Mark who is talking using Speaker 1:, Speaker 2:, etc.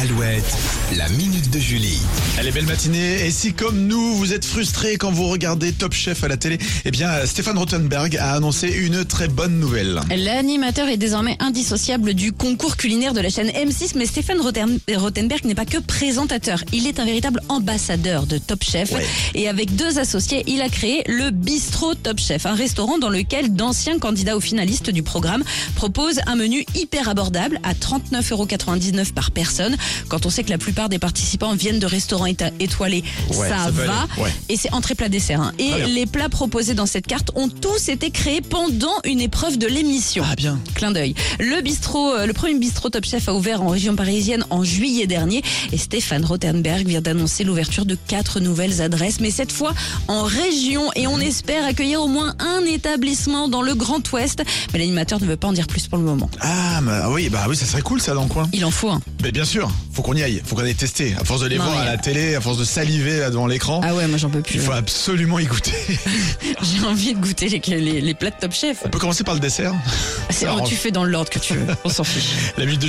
Speaker 1: Alouette, la minute de Julie.
Speaker 2: Allez, belle matinée. Et si, comme nous, vous êtes frustrés quand vous regardez Top Chef à la télé, eh bien, Stéphane Rottenberg a annoncé une très bonne nouvelle.
Speaker 3: L'animateur est désormais indissociable du concours culinaire de la chaîne M6, mais Stéphane Rotten- Rothenberg n'est pas que présentateur, il est un véritable ambassadeur de Top Chef.
Speaker 2: Ouais.
Speaker 3: Et avec deux associés, il a créé le Bistrot Top Chef, un restaurant dans lequel d'anciens candidats aux finalistes du programme proposent un menu hyper abordable à 39,99€ par personne. Quand on sait que la plupart des participants viennent de restaurants éta- étoilés,
Speaker 2: Ouais,
Speaker 3: ça,
Speaker 2: ça peut
Speaker 3: va.
Speaker 2: aller, ouais.
Speaker 3: Et c'est entrée plat dessert. hein. Et
Speaker 2: Très bien.
Speaker 3: les plats proposés dans cette carte ont tous été créés pendant une épreuve de l'émission.
Speaker 2: Ah, bien.
Speaker 3: Clin d'œil. Le bistrot, euh, le premier bistrot Top Chef a ouvert en région parisienne en juillet dernier et Stéphane Rothenberg vient d'annoncer l'ouverture de quatre nouvelles adresses, mais cette fois en région et on espère accueillir au moins un établissement dans le Grand Ouest. Mais l'animateur ne veut pas en dire plus pour le moment.
Speaker 2: Ah, bah oui, bah oui, ça serait cool, ça, dans le coin.
Speaker 3: Il en faut un.
Speaker 2: Mais bien sûr, faut qu'on y aille, faut qu'on aille tester. À force de les
Speaker 3: Non,
Speaker 2: voir à
Speaker 3: mais- euh,
Speaker 2: la télé, à force de saliver là devant l'écran,
Speaker 3: Ah ouais, moi j'en peux plus.
Speaker 2: il faut
Speaker 3: là.
Speaker 2: absolument y goûter.
Speaker 3: J'ai envie de goûter les, les, les plats de Top Chef.
Speaker 2: On peut commencer par le dessert.
Speaker 3: C'est-
Speaker 2: Alors,
Speaker 3: tu fais dans l'ordre que tu veux. On s'en fiche.
Speaker 2: La minute de